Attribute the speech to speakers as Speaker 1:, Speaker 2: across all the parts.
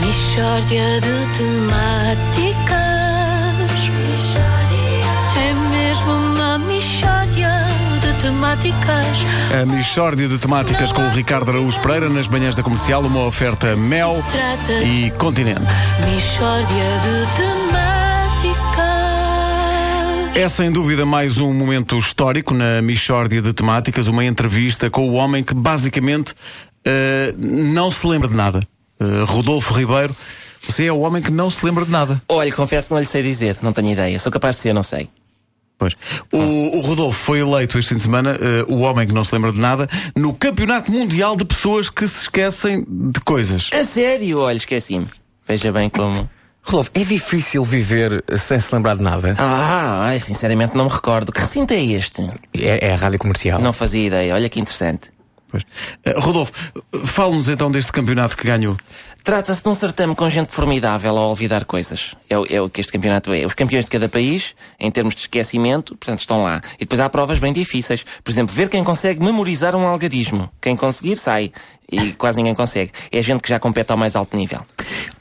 Speaker 1: Mistória de temáticas. É mesmo uma mistória de temáticas.
Speaker 2: A Michórdia de Temáticas com o Ricardo Araújo Pereira nas manhãs da comercial, uma oferta mel e continente.
Speaker 1: Mistória de temáticas.
Speaker 2: É sem dúvida mais um momento histórico na Michórdia de Temáticas, uma entrevista com o homem que basicamente eh, não se lembra de nada. Eh, Rodolfo Ribeiro, você é o homem que não se lembra de nada.
Speaker 3: Olha, confesso que não lhe sei dizer, não tenho ideia. Sou capaz de ser, não sei.
Speaker 2: Pois. O, o Rodolfo foi eleito este fim de semana, eh, o homem que não se lembra de nada, no Campeonato Mundial de Pessoas que se esquecem de coisas.
Speaker 3: A sério, olha, esqueci-me. Veja bem como.
Speaker 4: Rodolfo, é difícil viver eh, sem se lembrar de nada.
Speaker 3: Ah, ai, sinceramente não me recordo. Que recinto é este?
Speaker 4: É, é a rádio comercial.
Speaker 3: Não fazia ideia, olha que interessante.
Speaker 2: Pois. Eh, Rodolfo, fale-nos então deste campeonato que ganhou.
Speaker 3: Trata-se de um certame com gente formidável a olvidar coisas. É o, é o que este campeonato é. Os campeões de cada país, em termos de esquecimento, portanto, estão lá. E depois há provas bem difíceis. Por exemplo, ver quem consegue memorizar um algarismo. Quem conseguir, sai. E quase ninguém consegue. É gente que já compete ao mais alto nível.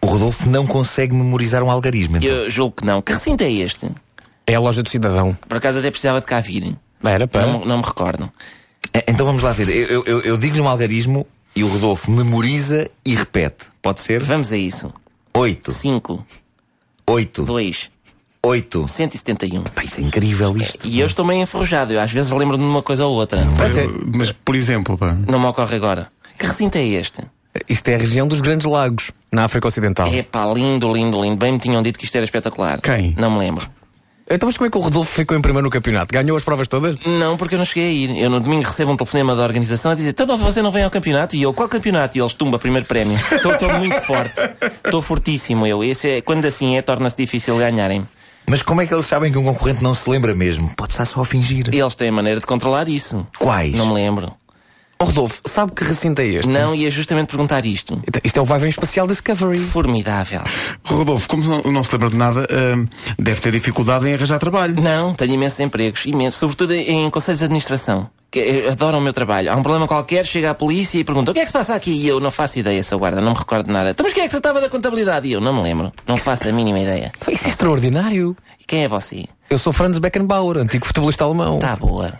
Speaker 5: O Rodolfo não consegue memorizar um algarismo. então.
Speaker 3: Eu julgo que não. Que recinto é este?
Speaker 4: É a loja do cidadão.
Speaker 3: Por acaso até precisava de cá vir.
Speaker 4: Era para.
Speaker 3: Não, não me recordo.
Speaker 5: É, Então vamos lá ver. Eu, eu- eu- eu digo-lhe um algarismo e o Rodolfo memoriza e repete. Pode ser?
Speaker 3: Vamos a isso.
Speaker 5: 8,
Speaker 3: 5,
Speaker 5: 8,
Speaker 3: 2,
Speaker 5: 8.
Speaker 3: 171.
Speaker 5: Pá, isso é incrível isto.
Speaker 3: E eu estou meio enferrujado. Eu às vezes lembro-me de uma coisa ou outra.
Speaker 4: Mas é-
Speaker 2: Eh, Mas, por exemplo, pá.
Speaker 3: Não me ocorre agora. Que recinto é este?
Speaker 4: isto é a região dos Grandes Lagos, na África Ocidental.
Speaker 3: Epá, lindo, lindo, lindo. Bem me tinham dito que isto era espetacular.
Speaker 2: Quem?
Speaker 3: Não me lembro.
Speaker 4: Então, mas como é que o Rodolfo ficou em primeiro no campeonato? Ganhou as provas todas?
Speaker 3: Não, porque eu não cheguei a ir. Eu no domingo recebo um telefonema da organização a dizer: Então não, você não vem ao campeonato? E eu, qual campeonato? E eles tumba primeiro prémio. Estou estou muito forte. Estou fortíssimo eu. Esse é, quando assim é, torna-se difícil ganharem.
Speaker 5: Mas como é que eles sabem que um concorrente não se lembra mesmo? Pode estar só a fingir.
Speaker 3: Eles têm maneira de controlar isso.
Speaker 5: Quais?
Speaker 3: Não me lembro.
Speaker 4: Oh, Rodolfo, sabe que recinto é este?
Speaker 3: Não ia justamente perguntar isto.
Speaker 4: Então, Isto é o Vai Vem Espacial Discovery.
Speaker 3: Formidável.
Speaker 2: Rodolfo, como não, não se lembra de nada, hum, deve ter dificuldade em arranjar trabalho.
Speaker 3: Não, tenho imensos empregos, imensos, sobretudo em em conselhos de administração. Que eh, adoram o meu trabalho. Há um problema qualquer, chega à polícia e pergunta: o que é que se passa aqui? E eu não faço ideia, seu guarda, não me recordo de nada. Então, mas quem é que tratava da contabilidade? E eu não me lembro, não faço a mínima ideia.
Speaker 4: Isso é extraordinário.
Speaker 3: E quem é você?
Speaker 4: Eu sou Franz Beckenbauer, antigo futebolista alemão.
Speaker 3: Tá boa.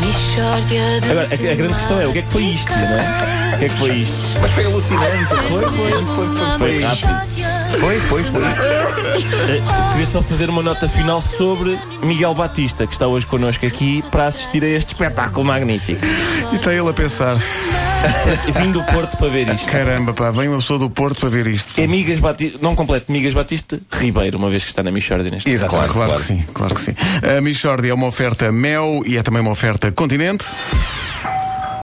Speaker 1: Mistória de
Speaker 6: Agora, a, a grande questão é o que é que foi isto, não é? O que é que foi isto?
Speaker 5: Mas foi alucinante. Foi, foi,
Speaker 1: Uma
Speaker 6: foi rápido.
Speaker 1: mistória
Speaker 5: foi, foi, foi.
Speaker 6: Eh, Queria só fazer uma nota final sobre Miguel Batista, que está hoje connosco aqui para assistir a este espetáculo magnífico.
Speaker 2: E está ele a pensar:
Speaker 6: Vim do Porto para ver isto.
Speaker 2: caramba, pá, vem uma pessoa do Porto para ver isto.
Speaker 6: É Migas Batista, não completo, Migas Batista Ribeiro, uma vez que está na Michordia neste
Speaker 2: Exato, claro, Eh, claro, que sim, claro que sim. A Michordia é uma oferta Mel e é também uma oferta Continente.